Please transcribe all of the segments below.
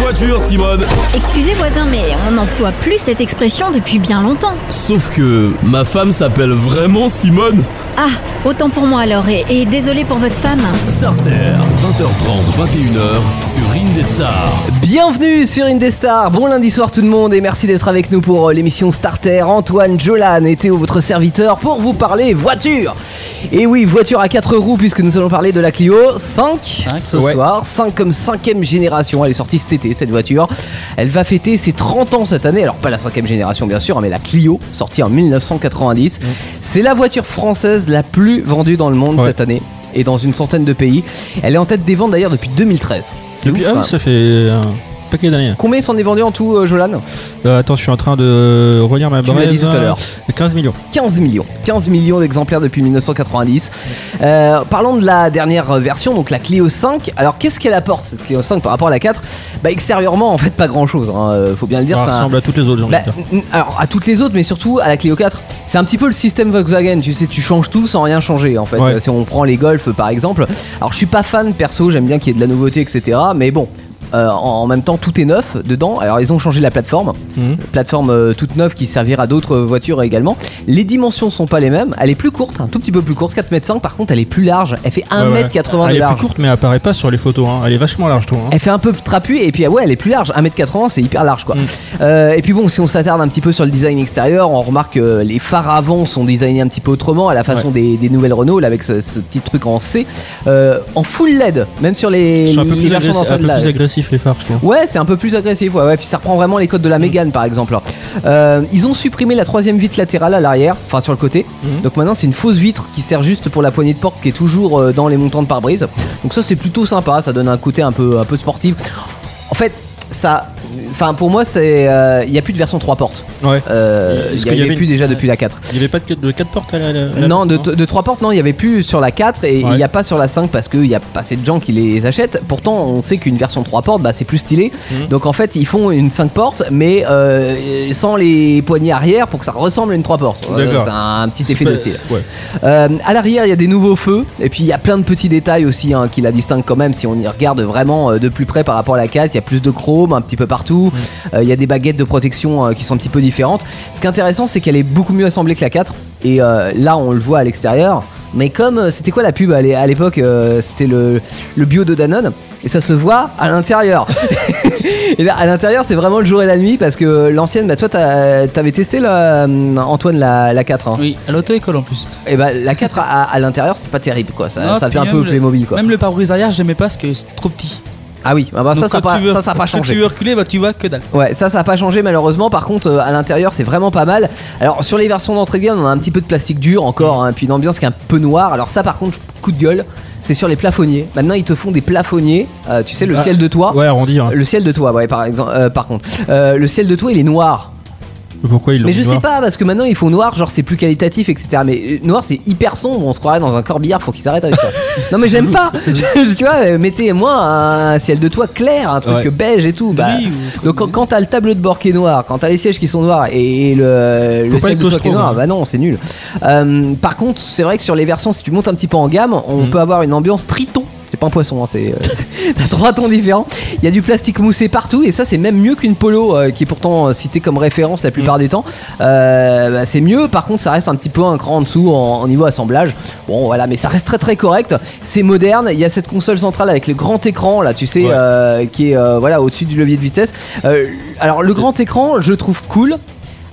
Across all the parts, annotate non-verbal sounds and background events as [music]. voiture, Simone Excusez voisin, mais on n'emploie plus cette expression depuis bien longtemps. Sauf que ma femme s'appelle vraiment Simone Ah, autant pour moi alors, et, et désolé pour votre femme. Starter, 20h30, 21h, sur Indestar. Bienvenue sur Indestar, bon lundi soir tout le monde et merci d'être avec nous pour euh, l'émission Starter. Antoine Jolan et Théo, votre serviteur, pour vous parler voiture. Et oui, voiture à 4 roues puisque nous allons parler de la Clio 5 ce ouais. soir, 5 comme 5ème génération, elle est sortie cet été cette voiture. Elle va fêter ses 30 ans cette année, alors pas la 5ème génération bien sûr, hein, mais la Clio, sortie en 1990. C'est la voiture française la plus vendue dans le monde Ouais. cette année. Et dans une centaine de pays. Elle est en tête des ventes d'ailleurs depuis 2013. C'est Et puis, ouf, hein. quand ah oui, même. ça fait un paquet d'années. Combien il s'en est vendu en tout, euh, Jolan Euh, attends, je suis en train de relire ma Tu me l'as braise. dit tout à l'heure. 15 millions. 15 millions. 15 millions d'exemplaires depuis 1990. Euh, parlons de la dernière version, donc la Clio 5. Alors qu'est-ce qu'elle apporte cette Clio 5 par rapport à la 4 Bah extérieurement en fait pas grand chose, faut bien le dire. Ça c'est un- ressemble à toutes les autres, j'ai envie Bah, de dire. n- alors à toutes les autres, mais surtout à la Clio 4, c'est un petit peu le système Volkswagen. Tu sais, tu changes tout sans rien changer en fait. Ouais. Euh, Si on prend les Golf par exemple, alors je suis pas fan perso, j'aime bien qu'il y ait de la nouveauté, etc. Mais bon. euh, en en même temps, tout est neuf dedans. Alors, ils ont changé la plateforme, Mhm. plateforme euh, toute neuve qui servira à d'autres euh, voitures également. Les dimensions sont pas les mêmes. Elle est plus courte, un tout petit peu plus courte, 4 m Par contre, elle est plus large. Elle fait 1 Ouais, ouais. m 80 Elle de est large. plus courte, mais elle apparaît pas sur les photos. hein. Elle est vachement large, toi. hein. Elle fait un peu trapu et puis ah ouais elle est plus large, 1m80 c'est hyper large quoi. Hmm. Euh, et puis bon si on s'attarde un petit peu sur le design extérieur, on remarque que les phares avant sont designés un petit peu autrement à la façon des, des nouvelles Renault là, avec ce, ce petit truc en C, Euh, en full LED, même sur les, Ils sont un peu les plus, versions agressifs, un d'entrée de peu la- plus agressifs, les phares, je trouve. Ouais, c'est un peu plus agressif. Ouais, ouais. Puis ça reprend vraiment les codes de Mm. la Mégane, par exemple. Euh, ils ont supprimé la troisième vitre latérale à l'arrière, enfin sur le côté. Mhm. Donc maintenant, c'est une fausse vitre qui sert juste pour la poignée de porte qui est toujours euh, dans les montants de pare-brise. Donc ça, c'est plutôt sympa. Ça donne un côté un peu, un peu sportif. En fait, ça. Enfin, pour moi, c'est. euh, Il n'y a plus de version 3 portes. Ouais. Euh, Est-ce Il qu'il n'y y avait avait plus une- déjà depuis la 4. Il n'y avait pas de, de 4 portes à la. la- hein. la- Non, de, de 3 portes, non, il n'y avait plus sur la 4 et il Ouais. n'y a pas sur la 5 parce qu'il n'y a pas assez de gens qui les achètent. Pourtant, on sait qu'une version 3 portes, bah, c'est plus stylé. Mhm. Donc en fait, ils font une 5 portes, mais euh, sans les poignées arrière pour que ça ressemble à une 3 portes. Euh, D'accord. C'est un petit effet Bah, de style. Ouais. Euh, à l'arrière, il y a des nouveaux feux et puis il y a plein de petits détails aussi hein, qui la distinguent quand même. Si on y regarde vraiment euh, de plus près par rapport à la 4, il y a plus de chrome un petit peu partout. Euh, Il y a des baguettes de protection euh, qui sont un petit peu différentes. Ce qui est intéressant, c'est qu'elle est beaucoup mieux assemblée que la 4 et euh, là, on le voit à l'extérieur. Mais comme euh, c'était quoi la pub à l'é- à l'époque euh, C'était le, le bio de Danone et ça se voit à l'intérieur. [laughs] et là, à l'intérieur, c'est vraiment le jour et la nuit parce que l'ancienne, bah toi, t'as- t'avais testé la, euh, Antoine la, la 4. hein. Oui, à l'auto-école en plus. Et bah la 4 à, à- à l'intérieur c'était pas terrible quoi, ça, Non, ça faisait puis un peu même le- Playmobil quoi. Même le pare-brise arrière, j'aimais pas parce que c'est trop petit. Ah oui, ah bah, ça, Donc, ça, a quand pas, tu veux- ça ça a pas Quand changé. tu veux reculer, bah tu vois que dalle. Ouais, ça ça a pas changé malheureusement, par contre euh, à l'intérieur c'est vraiment pas mal. Alors sur les versions d'entrée de gamme on a un petit peu de plastique dur encore, hein, puis une ambiance qui est un peu noire, alors ça par contre coup de gueule, c'est sur les plafonniers. Maintenant ils te font des plafonniers, euh, tu sais le Ah, ciel de toit. Ouais, arrondi. hein. Le ciel de toit, ouais par exemple, euh, par contre. Euh, le ciel de toit il est noir. Pourquoi ils l'ont Euh, Mais je mis sais noir pas, parce que maintenant ils font noir, genre c'est plus qualitatif, etc. Mais euh, noir c'est hyper sombre, on se croirait dans un corbillard, faut qu'ils s'arrêtent avec [laughs] ça. non mais j'aime pas [laughs] Je- Tu vois, euh, mettez-moi un ciel de toit clair, un truc Ouais. beige et tout. Bah, Gris ou- donc quand, quand t'as le tableau de bord qui est noir, quand t'as les sièges qui sont noirs et, et le, le pas ciel être de toit qui est claustro, noir, hein. bah non, c'est nul. Euh, par contre, c'est vrai que sur les versions, si tu montes un petit peu en gamme, on peut avoir une ambiance triton. C'est pas un poisson, hein, c'est [laughs] euh, t'as trois tons différents. Il y a du plastique moussé partout et ça c'est même mieux qu'une polo euh, qui est pourtant euh, citée comme référence la plupart du temps. Euh, bah, c'est mieux, par contre ça reste un petit peu un cran en dessous en, en niveau assemblage. Bon voilà, mais ça reste très très correct. C'est moderne. Il y a cette console centrale avec le grand écran là, tu sais, Ouais. euh, qui est euh, voilà au-dessus du levier de vitesse. Euh, alors le grand écran, je trouve cool.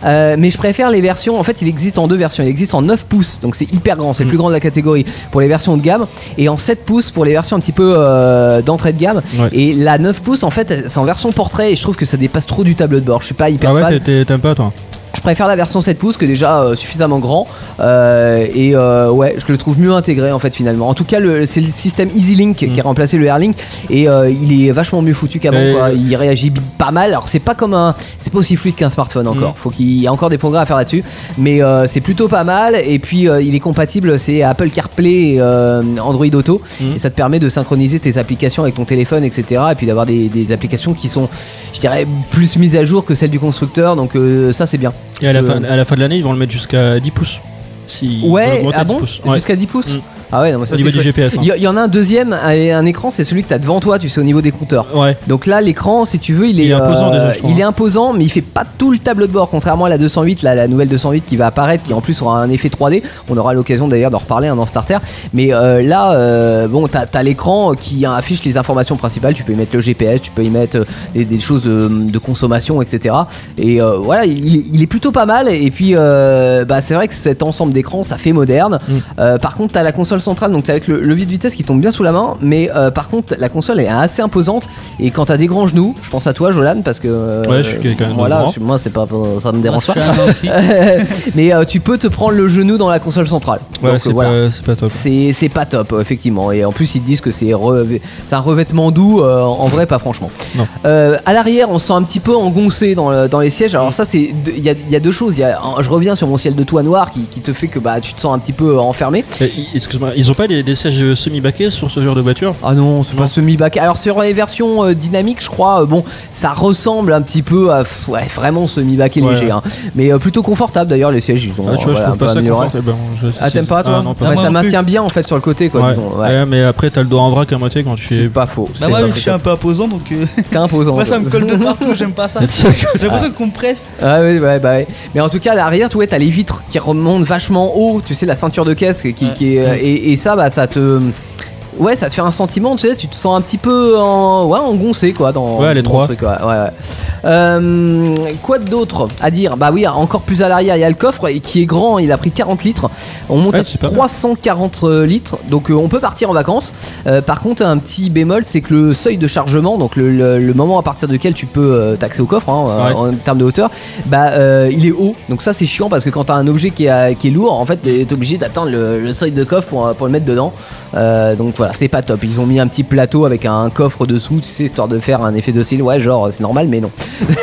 Euh, mais je préfère les versions. En fait, il existe en deux versions. Il existe en 9 pouces, donc c'est hyper grand, c'est Mm. le plus grand de la catégorie pour les versions haut de gamme, et en 7 pouces pour les versions un petit peu euh, d'entrée de gamme. Ouais. Et la 9 pouces, en fait, c'est en version portrait, et je trouve que ça dépasse trop du tableau de bord. Je suis pas hyper Ah ouais, fan. t'es- t'es- t'aimes pas toi Je préfère la version 7 pouces que déjà euh, suffisamment grand euh, et euh, ouais je le trouve mieux intégré en fait finalement en tout cas le- c'est le système EasyLink qui a remplacé le Airlink et euh, il est vachement mieux foutu qu'avant Et- quoi. il réagit bi- pas mal alors c'est pas comme un c'est pas aussi fluide qu'un smartphone encore faut qu'il y a encore des progrès à faire là-dessus mais euh, c'est plutôt pas mal et puis euh, il est compatible c'est Apple CarPlay et, euh, Android Auto et ça te permet de synchroniser tes applications avec ton téléphone etc et puis d'avoir des, des applications qui sont je dirais plus mises à jour que celles du constructeur donc euh, ça c'est bien Et à la, Je- fin, à la fin de l'année, ils vont le mettre jusqu'à 10 pouces. Si Ouais, ils vont l'augmenter à ah 10 bon pouces. Ouais. Jusqu'à 10 pouces Mm. Ah ouais, non, mais ça au niveau c'est du chouette. GPS. hein. Il y, il y en a un deuxième, et un écran, c'est celui que t'as devant toi, tu sais, au niveau des compteurs. Ouais. Donc là, l'écran, si tu veux, il est, euh, Il est imposant, déjà, je crois. il est imposant, mais il fait pas tout le tableau de bord. Contrairement à la 208, la, la nouvelle 208 qui va apparaître, qui en plus aura un effet 3D. On aura l'occasion d'ailleurs d'en reparler hein, dans Starter. Mais euh, là, euh, bon, t'as as, l'écran qui affiche les informations principales. Tu peux y mettre le GPS, tu peux y mettre euh, des, des choses de, de consommation, etc. Et euh, voilà, il, il est plutôt pas mal. Et puis, euh, bah, c'est vrai que cet ensemble d'écrans, ça fait moderne. Mm. Euh, par contre, t'as la console centrale, donc t'as avec le levier de vitesse qui tombe bien sous la main. Mais euh, par contre, la console est assez imposante. Et quand t'as des grands genoux, je pense à toi, Jolan, parce que. euh, Ouais, je suis quelqu'un de Voilà, grand. je- moi, c'est pas, euh, ça me dérange Je pas. suis un Bah, homme aussi. [laughs] mais euh, tu peux te prendre le genou dans la console centrale. Ouais, donc c'est euh, voilà. pas, c'est pas top. C'est c'est pas top, euh, effectivement. Et en plus, ils te disent que c'est revê- c'est un revêtement doux. euh, en vrai, pas franchement. Non. Euh, à l'arrière, on se sent un petit peu engoncé dans, le- dans les sièges. Alors, ça, c'est deux- il y a, il y a deux choses. Il y a un- je reviens sur mon ciel de toit noir qui, qui te fait que bah, tu te sens un petit peu euh, enfermé. Et- i- Excuse-moi, ils ont pas des, des sièges euh, semi-baquets sur ce genre de voiture Ah non, c'est pas Non. semi-bac. Alors, sur les versions euh, dynamiques, je crois, euh, bon, ça ressemble un petit peu à pff, ouais, vraiment semi-bac et Ouais. léger. hein. Mais euh, plutôt confortable d'ailleurs, les sièges, ils ont Ah, Tu vois, voilà, je un trouve peu pas ça amélioré. confortable. Je- Ah, t'aimes pas toi Ah, non, Ouais, Ça moi non plus. maintient bien en fait sur le côté, quoi, Ouais. disons. Ouais. Ouais, mais après, t'as le doigt en vrac à moitié quand tu C'est fais. pas faux. Bah, c'est moi, pas bah. vu que faux. je suis un peu imposant, donc [laughs] euh, T'es imposant. moi, ça toi. me colle de partout, j'aime [laughs] pas ça. J'ai l'impression qu'on me presse. Ah oui, ouais, bah ouais. Mais en tout cas, à l'arrière, tu vois, t'as les vitres qui remontent vachement haut, tu sais, la ceinture de caisse qui, qui est, euh, et, et ça, bah, ça te. Ouais, ça te fait un sentiment, tu sais, tu te sens un petit peu en, ouais, engoncé, quoi, dans, Ouais, les dans trois. le truc, ouais, ouais, ouais. Euh, quoi d'autre à dire Bah oui, encore plus à l'arrière, il y a le coffre et qui est grand, il a pris 40 litres. On monte Ouais, à c'est pas mal. 340 litres, donc euh, on peut partir en vacances. Euh, par contre, un petit bémol, c'est que le seuil de chargement, donc le, le- le moment à partir duquel tu peux euh, t'axer au coffre hein, euh, Ouais. en termes de hauteur, bah euh, il est haut. Donc ça, c'est chiant parce que quand t'as un objet qui est, à- qui est lourd, en fait, t'es t'es obligé d'atteindre le, le seuil de coffre pour, euh, pour le mettre dedans. Euh, donc voilà, c'est pas top. Ils ont mis un petit plateau avec un coffre dessous, tu sais, histoire de faire un effet de style. Ouais, genre, c'est normal, mais non. [laughs]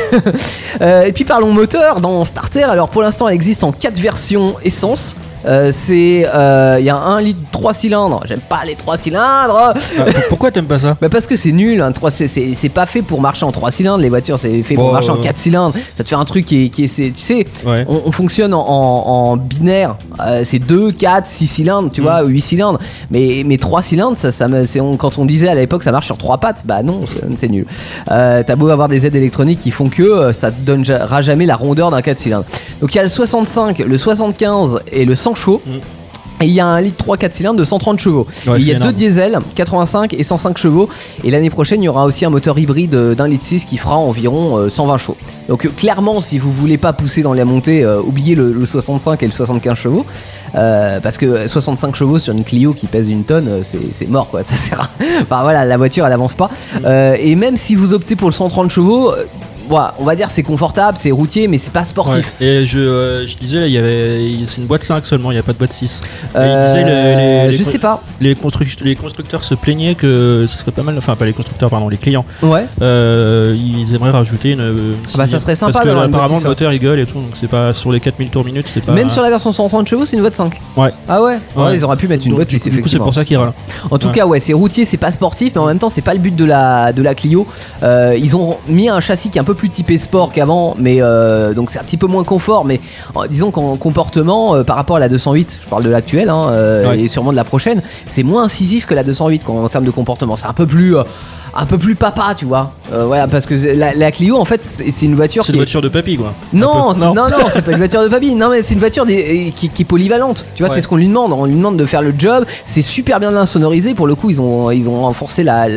Euh, et puis parlons moteur dans Starter. Alors pour l'instant, elle existe en 4 versions essence. Euh, c'est euh, il y a un litre 3 cylindres. J'aime pas les 3 cylindres. Ah, [laughs] pour- pourquoi t'aimes pas ça Bah parce que c'est nul, hein, trois- c'est- c'est c'est pas fait pour marcher en 3 cylindres, les voitures c'est fait pour Bon, marcher en euh, 4 cylindres. Ça te fait un truc qui est, qui est- c'est- tu sais, Ouais. on, on fonctionne en, en- en binaire, Euh, c'est 2, 4, 6 cylindres, Mm. tu vois, 8 cylindres. Mais, mais 3 cylindres, ça, ça me- c'est- on- quand on disait à l'époque ça marche sur 3 pattes, bah non, c'est- c'est nul. Euh, T'as beau avoir des aides électroniques qui font que euh, ça te donnera jamais la rondeur d'un 4 cylindres. Donc il y a le 65, le 75 et le 100 chevaux. Et il y a un litre 3 4 cylindres de 130 chevaux. Mm. Ouais, Et il y a c'est deux énorme. diesels, 85 et 105 chevaux. Et l'année prochaine, il y aura aussi un moteur hybride euh, d'un litre 6 qui fera environ euh, 120 chevaux. Donc euh, clairement, si vous voulez pas pousser dans la montée, euh, oubliez le, le 65 et le 75 chevaux. Euh, parce que 65 chevaux sur une Clio qui pèse une tonne, euh, c'est c'est mort quoi, [laughs] ça sert à... Enfin voilà, la voiture elle avance pas. Euh, et même si vous optez pour le 130 chevaux, euh, voilà, on va dire c'est confortable, c'est routier, mais c'est pas sportif. Ouais. Et je, euh, je disais là, il y avait, il- c'est une boîte 5 seulement, il n'y a pas de boîte 6. Et il disait, Euh, le- les- les je con- sais pas. Les, construc- les constructeurs se plaignaient que ce serait pas mal, enfin pas les constructeurs, pardon, les clients. Ouais. Euh, ils aimeraient rajouter une. une bah, ça sixième. serait sympa Parce que, d'avoir une boîte Apparemment six, hein. le moteur il gueule et tout, donc c'est pas sur les 4000 tours minutes, c'est pas. Même sur la version 130 chevaux, c'est une boîte 5. Ouais. Ah ouais, Ouais. Ouais, Ils auraient pu mettre une Donc, boîte du 6 coup- du coup, c'est effectivement. pour ça qu'il râle. En tout Ouais. cas, ouais, c'est routier, c'est pas sportif, mais en même temps, c'est pas le but de la, de la Clio. Euh, ils ont mis un châssis qui est un peu plus typé sport qu'avant, mais euh, donc c'est un petit peu moins confort. Mais euh, disons qu'en comportement, euh, par rapport à la 208, je parle de l'actuelle hein, euh, Ouais. et sûrement de la prochaine, c'est moins incisif que la 208 en, en termes de comportement. C'est un peu plus. euh, un peu plus papa, tu vois. Euh, voilà, parce que la, la Clio, en fait, c'est c'est une voiture C'est qui une est- voiture de papy quoi. Un non, peu. c'est- non, non, c'est pas une voiture de papy. Non, mais c'est une voiture des- euh, qui, qui est polyvalente. Tu vois, Ouais. c'est ce qu'on lui demande. On lui demande de faire le job. C'est super bien insonorisé. Pour le coup, ils ont, ils ont renforcé la-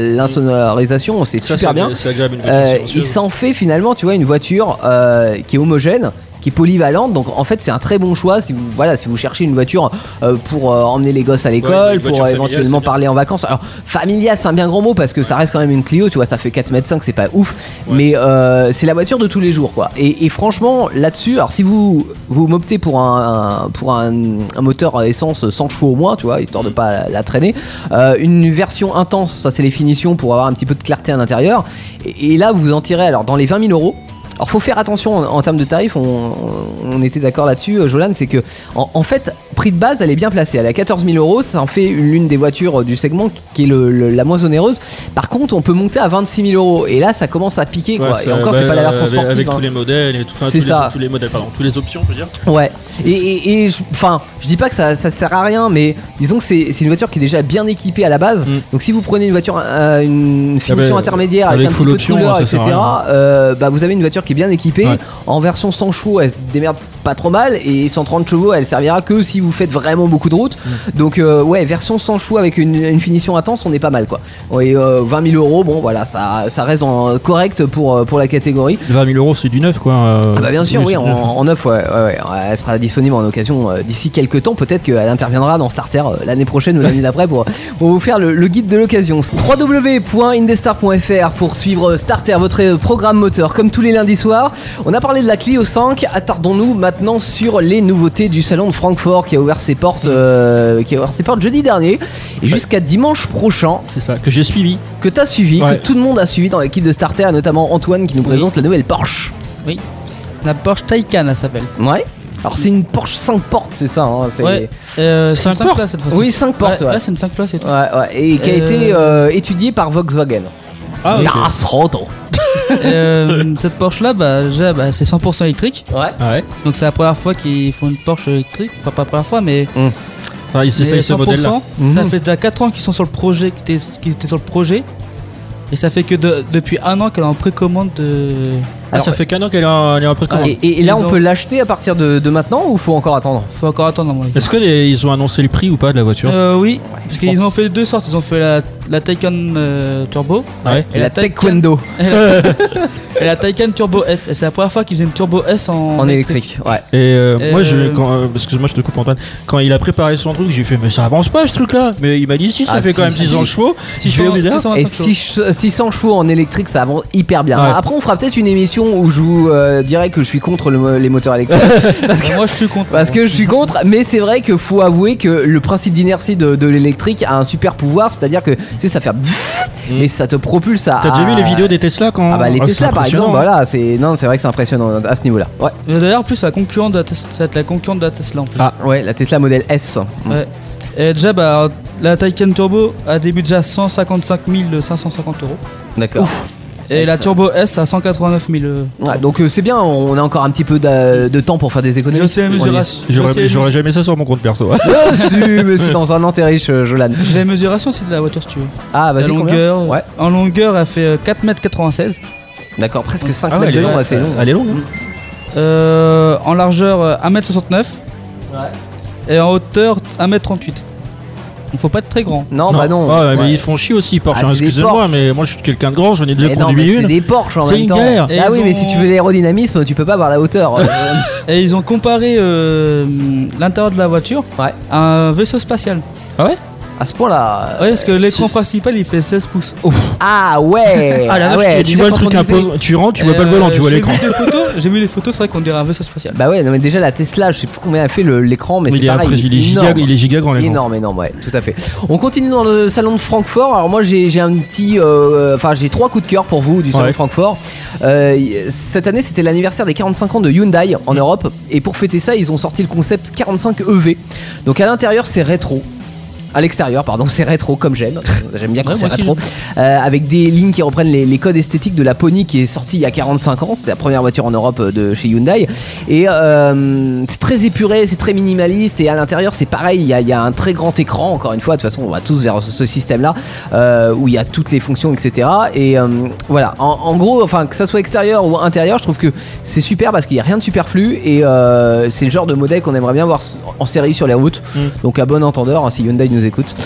l'insonorisation. C'est Ça, super c'est bien. agréable, C'est agréable une voiture Euh, il silencieuse. s'en fait finalement, tu vois, une voiture euh, qui est homogène qui est polyvalente donc en fait c'est un très bon choix si vous voilà si vous cherchez une voiture euh, pour euh, emmener les gosses à l'école une voiture pour euh, familiale, éventuellement c'est bien. parler en vacances alors familial c'est un bien grand mot parce que ça reste quand même une Clio tu vois ça fait 4 mètres 5 c'est pas ouf mais euh, c'est la voiture de tous les jours quoi et, et franchement là-dessus alors si vous vous m'optez pour un, un- pour un, un moteur essence 100 chevaux au moins tu vois Mm. histoire de pas la, la traîner euh, une version intense ça c'est les finitions pour avoir un petit peu de clarté à l'intérieur et, et là vous en tirez alors dans les 20 000 euros alors faut faire attention en, en termes de tarifs, on, on était d'accord là-dessus, euh, Jolan, c'est que en, en fait prix de base, elle est bien placée. Elle est à 14 000 euros. Ça en fait une- l'une des voitures euh, du segment qui est le- le- la moins onéreuse. Par contre, on peut monter à 26 000 euros. Et là, ça commence à piquer. Ouais, quoi. Et ça- encore, c'est ouais, pas la version avec- sportive. Avec hein. tous les modèles et tout, enfin, C'est tous, les- ça. tous les modèles, pardon, tous les options, je veux dire. Ouais. Et, et, et je- enfin, je dis pas que ça, ça sert à rien, mais disons que c'est c'est une voiture qui est déjà bien équipée à la base. Mm. Donc si vous prenez une voiture, euh, une finition bah, intermédiaire avec, avec un petit full peu option, de couleur, ça etc. sert à rien. euh, bah vous avez une voiture qui est bien équipée. Ouais. En version 100 chevaux, elle se démerde pas trop mal et 130 chevaux, elle servira que si vous faites vraiment beaucoup de route. Mm. Donc euh, ouais, version 100 chevaux avec une, une finition intense, on est pas mal quoi. Et euh, 20 000 euros, bon voilà, ça, ça reste dans- correct pour euh, pour la catégorie. 20 000 euros, c'est du neuf, quoi. euh, Ah bah bien sûr, c'est oui, du en, neuf. en neuf, ouais, ouais, ouais. Elle sera disponible en occasion euh, d'ici quelques temps. Peut-être qu'elle interviendra dans Starter euh, l'année prochaine ou l'année d'après pour, pour vous faire le, le guide de l'occasion. www.indestar.fr pour suivre Starter, votre euh, programme moteur, comme tous les lundis soirs. On a parlé de la Clio 5. Attardons-nous maintenant sur les nouveautés du salon de Francfort qui a ouvert ses portes, euh, qui a ouvert ses portes jeudi dernier et jusqu'à dimanche prochain C'est ça, que j'ai suivi. que tu as suivi, Ouais. que tout le monde a suivi dans l'équipe de Starter, notamment Antoine qui nous présente la nouvelle Porsche. La Porsche Taycan, elle s'appelle. Ouais. Alors c'est une Porsche 5 portes, c'est ça. Hein, c'est- Ouais. Euh, c'est Cinq une 5 portes places cette fois-ci. Oui, 5 portes. Ouais. Là, c'est une 5 places et tout. Ouais, ouais, et qui a Euh. été euh, étudiée par Volkswagen. Ah, ok. Das Roto. Euh, cette Porsche là, bah, déjà, bah, c'est 100% électrique. Ouais. Ah ouais. Donc, c'est la première fois qu'ils font une Porsche électrique. Enfin, pas la première fois, mais. Enfin, il- c'est mais ça, ce modèle-là. Mhm. Ça fait déjà 4 ans qu'ils sont sur le projet, qu'ils étaient, qu'ils étaient sur le projet. Et ça fait que de- depuis un an qu'elle est en précommande de. Ah, ça fait qu'un an qu'elle est en elle est en précommande. Ah, Et, et- et là, Ils on ont- peut l'acheter à partir de, de maintenant ou faut encore attendre Faut encore attendre, à mon avis. Est-ce qu'ils ont annoncé le prix ou pas de la voiture Euh, oui, je parce qu'ils pense. ont fait deux sortes. Ils ont fait la, la Taycan euh, Turbo [laughs] Ah ouais. La Taycan, Taekwondo et la Taycan Turbo S. Et c'est la première fois qu'ils faisaient une Turbo S en, en électrique. Ouais. Et euh, Euh, moi, je, quand, euh, excuse-moi, je te coupe Antoine. Quand il a préparé son truc, j'ai fait, mais ça avance pas ce truc-là. Mais il m'a dit, si, ça Ah, fait si, quand même si, 600 si. chevaux. Si je fais 600 au leader. 625 Et chevaux. six- 600 chevaux en électrique, ça avance hyper bien. Ouais. Après, on fera peut-être une émission où je vous euh, dirai que je suis contre le mo- les moteurs électriques. parce que Bah, moi je suis contre. Parce que je suis contre, mais c'est vrai que faut avouer que le principe d'inertie de, de l'électrique a un super pouvoir, c'est-à-dire que tu sais, ça fait bzzz, Mm. mais ça te propulse à. T'as déjà à- vu les vidéos des Tesla quand Ah bah les c'est Tesla par exemple, impressionnant. voilà, c'est non, c'est vrai que c'est impressionnant à ce niveau-là. Ouais, Mais D'ailleurs, en plus, la concurrente de la Tesla, ça va être la concurrente de la Tesla en plus. Ah. ouais, la Tesla modèle S. Mm. Ouais. Et déjà, bah, la Taycan Turbo a début déjà à 155 550 euros. D'accord. Et Ouais, la ça- Turbo S à 189 000 euros. Ouais, donc euh, c'est bien, on a encore un petit peu d'a- de temps pour faire des économies. Je sais, mais On je y est. rassure- je sais, J'aurais, mais j'aurais jamais ça sur mon compte perso. Ah, si, mais c'est dans un an t'es riche, euh, Jolan. J'ai la mesuration aussi de la voiture si tu veux. Ah, La vas-y, combien longueur, Ouais. En longueur, elle fait euh, 4m96. D'accord, presque 5 Ah ouais, mètres de elle est- long, ouais, c'est long. Elle est longue. hein. Euh, en largeur, euh, 1m69. Et en hauteur, 1m38. Donc faut pas être très grand. Non, bah non. Ah, Ouais. mais ils font chier aussi, Porsche. Ah, hein, c'est des Excusez-moi, Porsche. mais moi je suis quelqu'un de grand, j'en ai déjà Mais Eh non, mais conduit c'est une. des Porsche en C'est même une temps. galère. Et Ah ils oui, mais ont- si tu veux l'aérodynamisme, tu peux pas avoir la [laughs] hauteur. Euh, Et ils ont comparé euh, l'intérieur de la voiture Ouais. à un vaisseau spatial. À ce point-là. euh, Ouais, parce que l'écran principal il fait 16 pouces. Ah ouais Ah la vache, ouais, tu- tu vois le quand truc on disait- imposant. Tu rentres, tu vois pas le volant, tu vois l'écran. Euh, J'ai vu des photos, j'ai vu les photos, c'est vrai qu'on dirait un vaisseau spatial. Bah ouais, non, mais déjà la Tesla, je sais plus combien elle fait le- l'écran, mais Il c'est est pareil. impré- il est giga- énorme. il est giga grand l'écran. Énorme, énorme, ouais, tout à fait. On continue dans le salon de Francfort. Alors moi, j'ai j'ai un petit, euh, enfin j'ai trois coups de cœur pour vous du salon Ouais. de Francfort. Euh, y- cette année, c'était l'anniversaire des 45 ans de Hyundai en Europe, et pour fêter ça, ils ont sorti le concept 45 EV. Donc à l'intérieur, c'est rétro. À l'extérieur, pardon, [laughs] c'est rétro comme j'aime. J'aime bien quand Ouais, c'est moi aussi, rétro. Euh, avec des lignes qui reprennent les, les codes esthétiques de la Pony qui est sortie il y a 45 ans. C'était la première voiture en Europe euh, de chez Hyundai. Et euh, c'est très épuré, c'est très minimaliste. Et à l'intérieur, c'est pareil. Il y, a, il y a un très grand écran. Encore une fois, de toute façon, on va tous vers ce, ce système-là euh, où il y a toutes les fonctions, etc. Et euh, voilà. En, en gros, enfin, que ça soit extérieur ou intérieur, je trouve que c'est super parce qu'il n'y a rien de superflu. Et euh, c'est le genre de modèle qu'on aimerait bien voir en série sur les routes. Mm. Donc à bon entendeur, hein, si Hyundai nous [laughs] écoute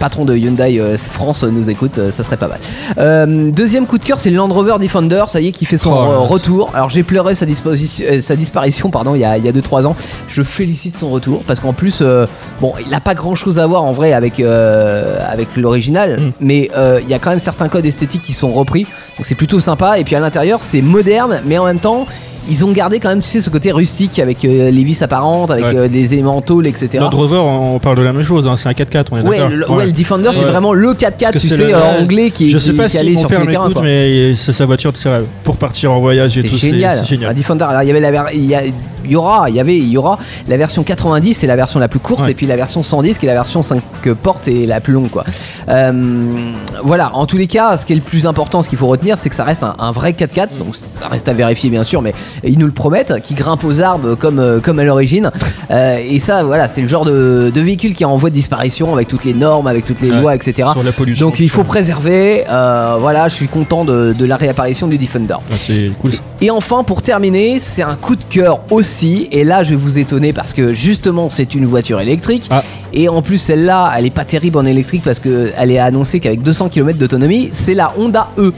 patron de Hyundai euh, France euh, nous écoute, euh, ça serait pas mal. Euh, deuxième coup de cœur, c'est le Land Rover Defender, ça y est, qui fait son Oh là euh, là. retour. Alors j'ai pleuré sa, disposition- euh, sa disparition pardon, il y a 2-3 ans. Je félicite son retour parce qu'en plus, euh, bon, il n'a pas grand chose à voir en vrai avec, euh, avec l'original, Mm. mais euh, il y a quand même certains codes esthétiques qui sont repris, donc c'est plutôt sympa. Et puis à l'intérieur, c'est moderne, mais en même temps, ils ont gardé quand même, tu sais, ce côté rustique avec euh, les vis apparentes, avec Ouais. euh, les éléments tôles, etc. Land Rover, on parle de la même chose, hein, c'est un 4x4, on est Ouais, d'accord. le, Ouais. ouais, le Defender, c'est Ouais. vraiment le Parce 4x4, que tu c'est sais, le- euh, anglais qui, Je qui- sais pas qui si allait mon sur père tous les terrains. m'écoute, quoi. mais c'est sa voiture de ses rêves. Pour partir en voyage et C'est tout, c'est génial. c'est Un génial. Defender, alors il y avait la ver- il y, a- il y aura, il y avait, il y aura la version 90, c'est la version la plus courte, Ouais. et puis la version 110, qui est la version 5 portes et la plus longue, quoi. Euh, voilà. En tous les cas, ce qui est le plus important, ce qu'il faut retenir, c'est que ça reste un, un vrai 4x4. Donc ça reste à vérifier, bien sûr, mais ils nous le promettent, qui grimpe aux arbres comme euh, comme à [laughs] l'origine. Euh, et ça, voilà, c'est le genre de, de véhicule qui est en voie de disparition avec toutes les normes, avec toutes les Ouais. lois, etc. Sur la pollution. Donc il faut préserver. euh, voilà, je suis content de, de la réapparition du Defender. Ouais, C'est cool. ça. Et enfin, pour terminer, c'est un coup de cœur aussi. Et là, je vais vous étonner parce que justement, c'est une voiture électrique. Ah. Et en plus, celle-là, elle est pas terrible en électrique parce qu'elle est annoncée qu'avec 200 km d'autonomie, c'est la Honda E.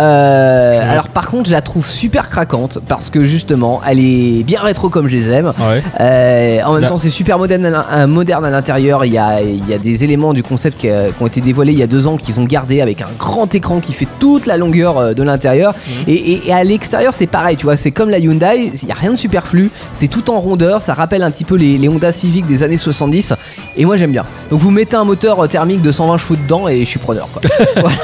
Euh, alors par contre je la trouve super craquante parce que justement elle est bien rétro comme je les aime Ouais. euh, en même Là. temps, c'est super moderne à, l'in- euh, moderne à l'intérieur. Il y a, il y a des éléments du concept qui, euh, qui ont été dévoilés il y a deux ans, qu'ils ont gardé avec un grand écran qui fait toute la longueur euh, de l'intérieur. Mhm. Et, et- et à l'extérieur, c'est pareil, tu vois. C'est comme la Hyundai, il n'y a rien de superflu. C'est tout en rondeur. Ça rappelle un petit peu les, les Honda Civic des années 70. Et moi, j'aime bien. Donc, vous mettez un moteur euh, thermique de 120 chevaux dedans et je suis preneur, [laughs] quoi. Voilà.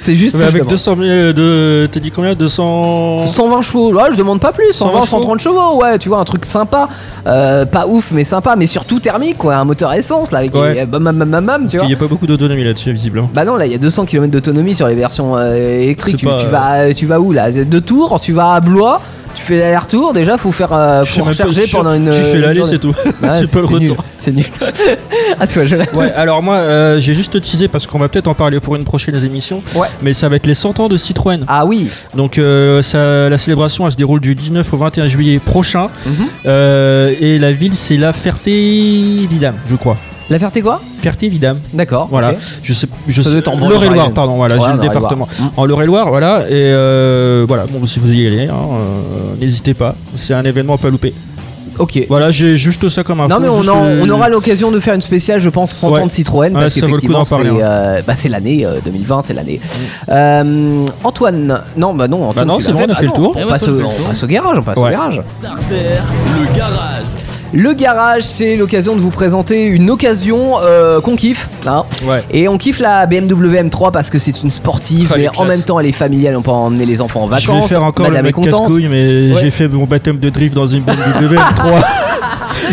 C'est juste. Mais que je avec demande. 200 000. euh, De... T'as dit combien 200. 120 chevaux, ouais, je demande pas plus, 120, 120 130 chevaux, ouais, tu vois, un truc sympa, Euh, pas ouf, mais sympa, mais surtout thermique, quoi, un moteur essence, là, avec Ouais. les bam, bam, bam, bam, bam, tu vois. Il n'y a pas beaucoup d'autonomie là-dessus, visiblement. Bah non, là, il y a 200 km d'autonomie sur les versions euh, électriques, tu, C'est pas, tu euh, vas, tu vas où, là Deux tours, tu vas à Blois tu fais l'aller-retour déjà, faut faire euh, Je sais faut même pas, je recharger suis sûr pendant une. que Tu fais une l'aller, journée. c'est tout. [laughs] Ouais, tu c'est- peux le c'est nul, retour. C'est nul. [laughs] à toi, je Ouais, alors moi, euh, j'ai juste teasé parce qu'on va peut-être en parler pour une prochaine émission. Ouais. Mais ça va être les 100 ans de Citroën. Ah oui, Donc euh, ça, la célébration elle se déroule du 19 au 21 juillet prochain. Mhm. Euh, et la ville c'est la Ferté-Vidame, je crois. la Ferté quoi Ferté-Vidame. D'accord. Voilà, ok. je sais, je Ça sais, doit être en banlieue Loire, parisienne. pardon, voilà, Ouais, j'ai le Loire-et-Loire. département. Mm. En Loire-et-Loire, voilà, et euh, voilà, bon, si vous y allez, hein, euh, n'hésitez pas, c'est un événement à pas louper. Ok. Voilà, j'ai juste ça comme info. Non mais on, juste, en- euh, on aura l'occasion de faire une spéciale je pense 100 Ouais. ans de Citroën Ouais, parce ça vaut le coup qu'effectivement d'en c'est parler, hein. Mm. euh, bah, c'est l'année euh, 2020 c'est l'année Euh, Antoine non bah non Antoine Bah non, tu c'est l'as bon, fait. on a fait Ah le non, tour. on Ouais, passe, ouais, au, on a fait le on tour. passe au garage on passe au Ouais. garage Starter, le garage. le garage c'est l'occasion de vous présenter une occasion euh, qu'on kiffe hein. Ouais. et on kiffe la BMW M3 parce que c'est une sportive Ah, elle est mais en classe. même temps elle est familiale on peut emmener les enfants en Je vacances Bah, vais faire encore Madame est le mec contente casse-couille, mais Ouais. j'ai fait mon baptême de drift dans une BMW [laughs] M3.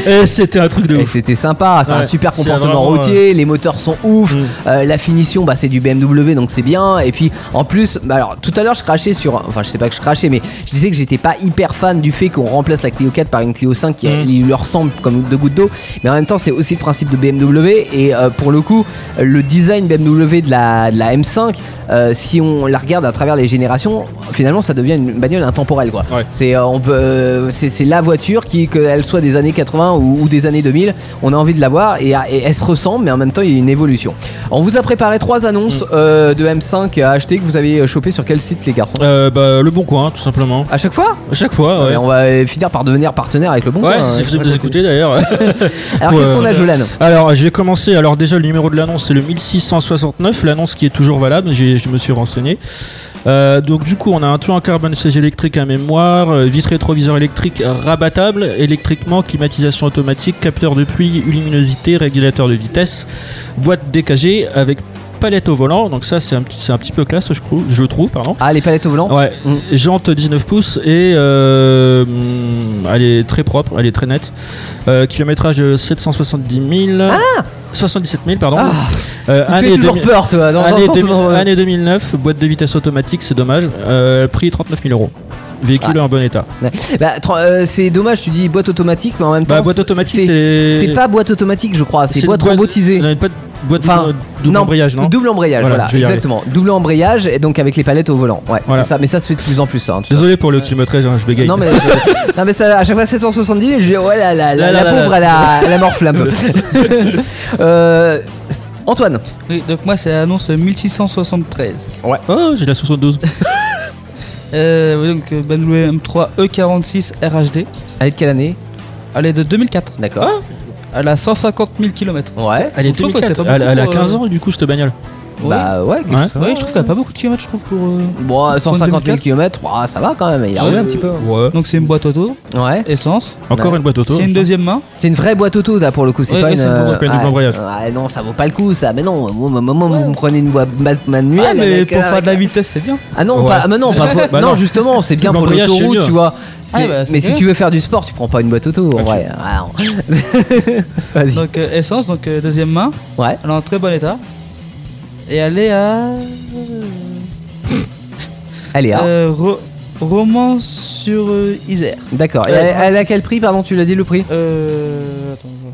Et c'était un truc de Et ouf. c'était sympa, c'est un Ouais, super c'est comportement vraiment, euh, routier, les moteurs sont ouf, Mm. euh, la finition bah, c'est du BMW donc c'est bien. Et puis en plus, bah, alors tout à l'heure je crachais sur, enfin je sais pas que je crachais, mais je disais que j'étais pas hyper fan du fait qu'on remplace la Clio 4 par une Clio 5 qui Mm. lui leur ressemble comme deux gouttes d'eau, mais en même temps c'est aussi le principe de BMW. Et euh, pour le coup, le design BMW de la, de la M5, euh, si on la regarde à travers les générations, finalement ça devient une bagnole intemporelle quoi. Ouais. C'est euh, on peut, euh, c'est c'est la voiture qui, qu'elle soit des années 80 ou, ou des années 2000, on a envie de la voir et, et elle se ressemble, mais en même temps il y a une évolution. On vous a préparé trois annonces Mm. euh, de M5 à acheter que vous avez chopé sur quel site les garçons Euh, bah, le bon coin, tout simplement. À chaque fois À chaque fois, Ah ouais. Et Ah, On va euh, finir par devenir partenaire avec le bon. Ouais, Coin, c'est hein. possible de les écouter d'ailleurs. Alors Ouais. qu'est-ce qu'on a, Jolane Alors, je vais commencer. Alors, déjà, le numéro de l'annonce, c'est le 1669. L'annonce qui est toujours valable, j'ai- je me suis renseigné. Euh, donc, du coup, on a un toit en carbone siège électrique à mémoire, euh, vitre rétroviseur électrique rabattable, électriquement, climatisation automatique, capteur de pluie, luminosité, régulateur de vitesse, boîte DKG avec palette au volant. Donc, ça, c'est un, petit- c'est un petit peu classe, je trouve. Je trouve pardon. Ah les palettes au volant Ouais, Mm. jante 19 pouces et euh, mm, elle est très propre, elle est très nette. Euh, kilométrage de 770 000. 77 000, pardon. Ah, Euh, Tu fais toujours 2000 peur toi dans un année sens ou 2000 dans un- année 2009, boîte de vitesse automatique, c'est dommage. Euh, prix 39 000 euros. Véhicule Ah. en bon état. Bah, tra- euh, c'est dommage, tu dis boîte automatique, mais en même temps. Bah, boîte automatique, c'est. C'est pas boîte automatique, je crois, c'est une boîte robotisée. Non, une boîte, boîte Enfin, double- double non, embrayage, non Double embrayage, Voilà, voilà, je vais y arriver. exactement. Double embrayage et donc avec les palettes au volant. Ouais, Voilà. c'est ça, mais ça se fait de plus en plus. hein, de toute façon. Désolé pour le kilométrage, hein, je bégaye. Non mais, euh, non, mais ça, à chaque fois 770 000, je dis ouais la, la, la, Là, la là, là, pauvre là. elle a, elle a morflé un [laughs] peu. Euh, Antoine, Oui, donc moi c'est l'annonce 1673. Oh, j'ai la 72. Euh, oui, donc euh, BMW M3 E46 RHD. elle est de quelle année Elle est de 2004. D'accord. Elle a 150 000 km. Ouais. Elle est Je trouve que c'est 2004. pas Elle, elle a beaucoup, euh, 15 ans, du coup, cette bagnole. Bah ouais, quelque Ouais. chose. Oui, je trouve qu'il n'y a pas beaucoup de kilomètres, je trouve, pour. euh, Bon, 150 000 2004. km, bah, ça va quand même, il y arrive Ouais. un petit peu. Ah Ouais. Donc c'est une boîte auto, Ouais. essence. Encore Bah, une boîte auto. C'est une deuxième main. C'est une vraie boîte auto là pour le coup, c'est Ouais, pas ouais, une. euh, c'est une boîte auto, ouais. une cambriolage. Ouais, non, ça vaut pas le coup ça, mais non, moi, moi, moi, vous me prenez une boîte ma- manuelle. Ah, mais avec, pour euh, faire de la avec- vitesse, c'est [laughs] bien. Ah non, Ouais. pas, mais non, pas pour- Bah non, non. justement, c'est bien Le pour cambriolage, c'est l'autoroute, mieux. tu vois. C'est- bah, c'est mais si bien. tu veux faire du sport, tu prends pas une boîte auto en Ok. vrai. Ouais, non. [laughs] Vas-y. Donc euh, essence, donc euh, deuxième main. Ouais. Elle est en très bon état. Et elle est à. Allez, hein. euh, Ro- Romans sur euh, Isère. d'accord. Et euh, elle, elle a quel prix, pardon, tu l'as dit le prix Euh. Attends. je-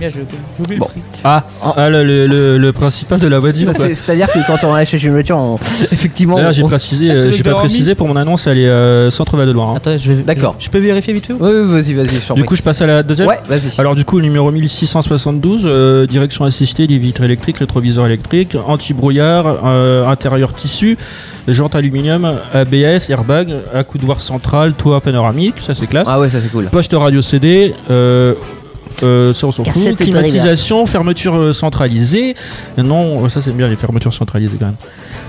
Bien, j'ai oublié j'ai oublié Bon. le prix. Ah, ah, le, le- le- le principal de la Ah, voiture. quoi. C'est- C'est-à-dire que quand on achète une voiture, on- effectivement. D'ailleurs, j'ai on- précisé, Ah, euh, tu veux j'ai que pas je leur précisé pour mon annonce, elle est euh, centre Val de Loire. Attends, je vais. D'accord. Je peux vérifier vite fait ou- Ouais, ouais, vas-y, vas-y, je t'en Du prie. coup, je passe à la deuxième. Ouais, vas-y. Alors du coup, le numéro 1672, euh, direction assistée, des vitres électriques, rétroviseur électrique, anti-brouillard, euh, intérieur tissu, jante aluminium, ABS, airbag, accoudoir central, toit panoramique, ça c'est classe. Ah ouais, ça c'est cool. Poste radio CD, euh, euh, ça on s'en fout. Cassette Climatisation, fermeture euh, centralisée. Non, euh, ça c'est bien les fermetures centralisées quand même.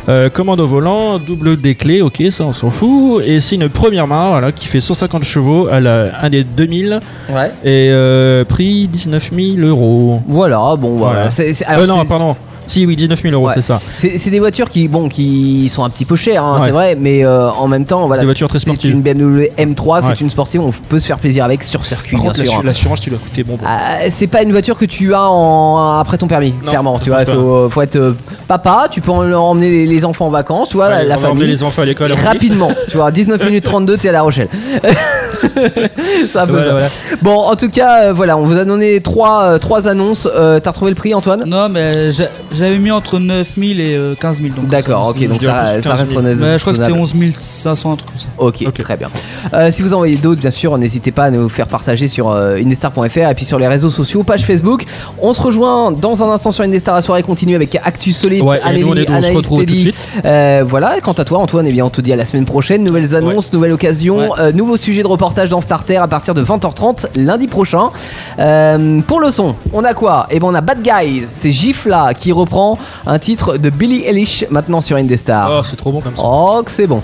Euh, commande au volant, double des clés, ok, ça on s'en fout. Et c'est une première main, voilà, qui fait 150 chevaux à la un des 2000 Ouais. et euh, prix 19 000 euros. Voilà, bon, voilà. Voilà. C'est- c'est- Euh, alors, non, c'est- pardon. Si, oui, 19 000 euros, Ouais. c'est ça. C'est c'est des voitures qui, bon, qui sont un petit peu chères, hein, Ouais. c'est vrai, mais euh, en même temps, voilà. Des voitures très c'est sportives. une BMW M3, Ouais. c'est une sportive, on peut se faire plaisir avec sur circuit, Par bien contre, sûr. l'assu- l'assurance, tu dois coûter bon. bon. Ah, c'est pas une voiture que tu as en... après ton permis, Non, clairement. je Tu vois, pense faut, euh, faut être euh, papa, tu peux en- emmener les, les enfants en vacances, tu vois, la- Allez, la on va emmener famille. les enfants à l'école. Et après. rapidement, tu vois, 19 minutes 32, t'es à La Rochelle. [laughs] c'est un peu Voilà, ça. voilà. Bon, en tout cas, euh, voilà, on vous a donné trois, euh, trois annonces. Euh, T'as retrouvé le prix, Antoine Non, mais j'a- j'avais mis entre 9000 et euh, 15000. donc. D'accord, ok, je donc dirais ça, plus ça reste 15 000. raisonnable. Mais je crois que c'était 11500, un truc comme ça. Ok, Ok. très bien. Euh, si vous envoyez d'autres, bien sûr, n'hésitez pas à nous faire partager sur euh, indestar.fr et puis sur les réseaux sociaux, page Facebook. On se rejoint dans un instant sur Indestar. La soirée continue avec Actu Solide, Ouais, et Amélie, nous, on est- on se Anaïs, retrouve tout de Teddy. suite. Euh, voilà, et quant à toi, Antoine, eh bien, on te dit à la semaine prochaine. Nouvelles annonces, nouvelles occasions, Ouais. euh, nouveaux sujets de reportage dans Starter à partir de 20h30 lundi prochain. Euh, pour le son, on a quoi Eh ben, on a Bad Guys, c'est Gifla qui reprend un titre de Billie Eilish maintenant sur Indestar. Oh, c'est trop bon comme ça. Oh, que c'est bon.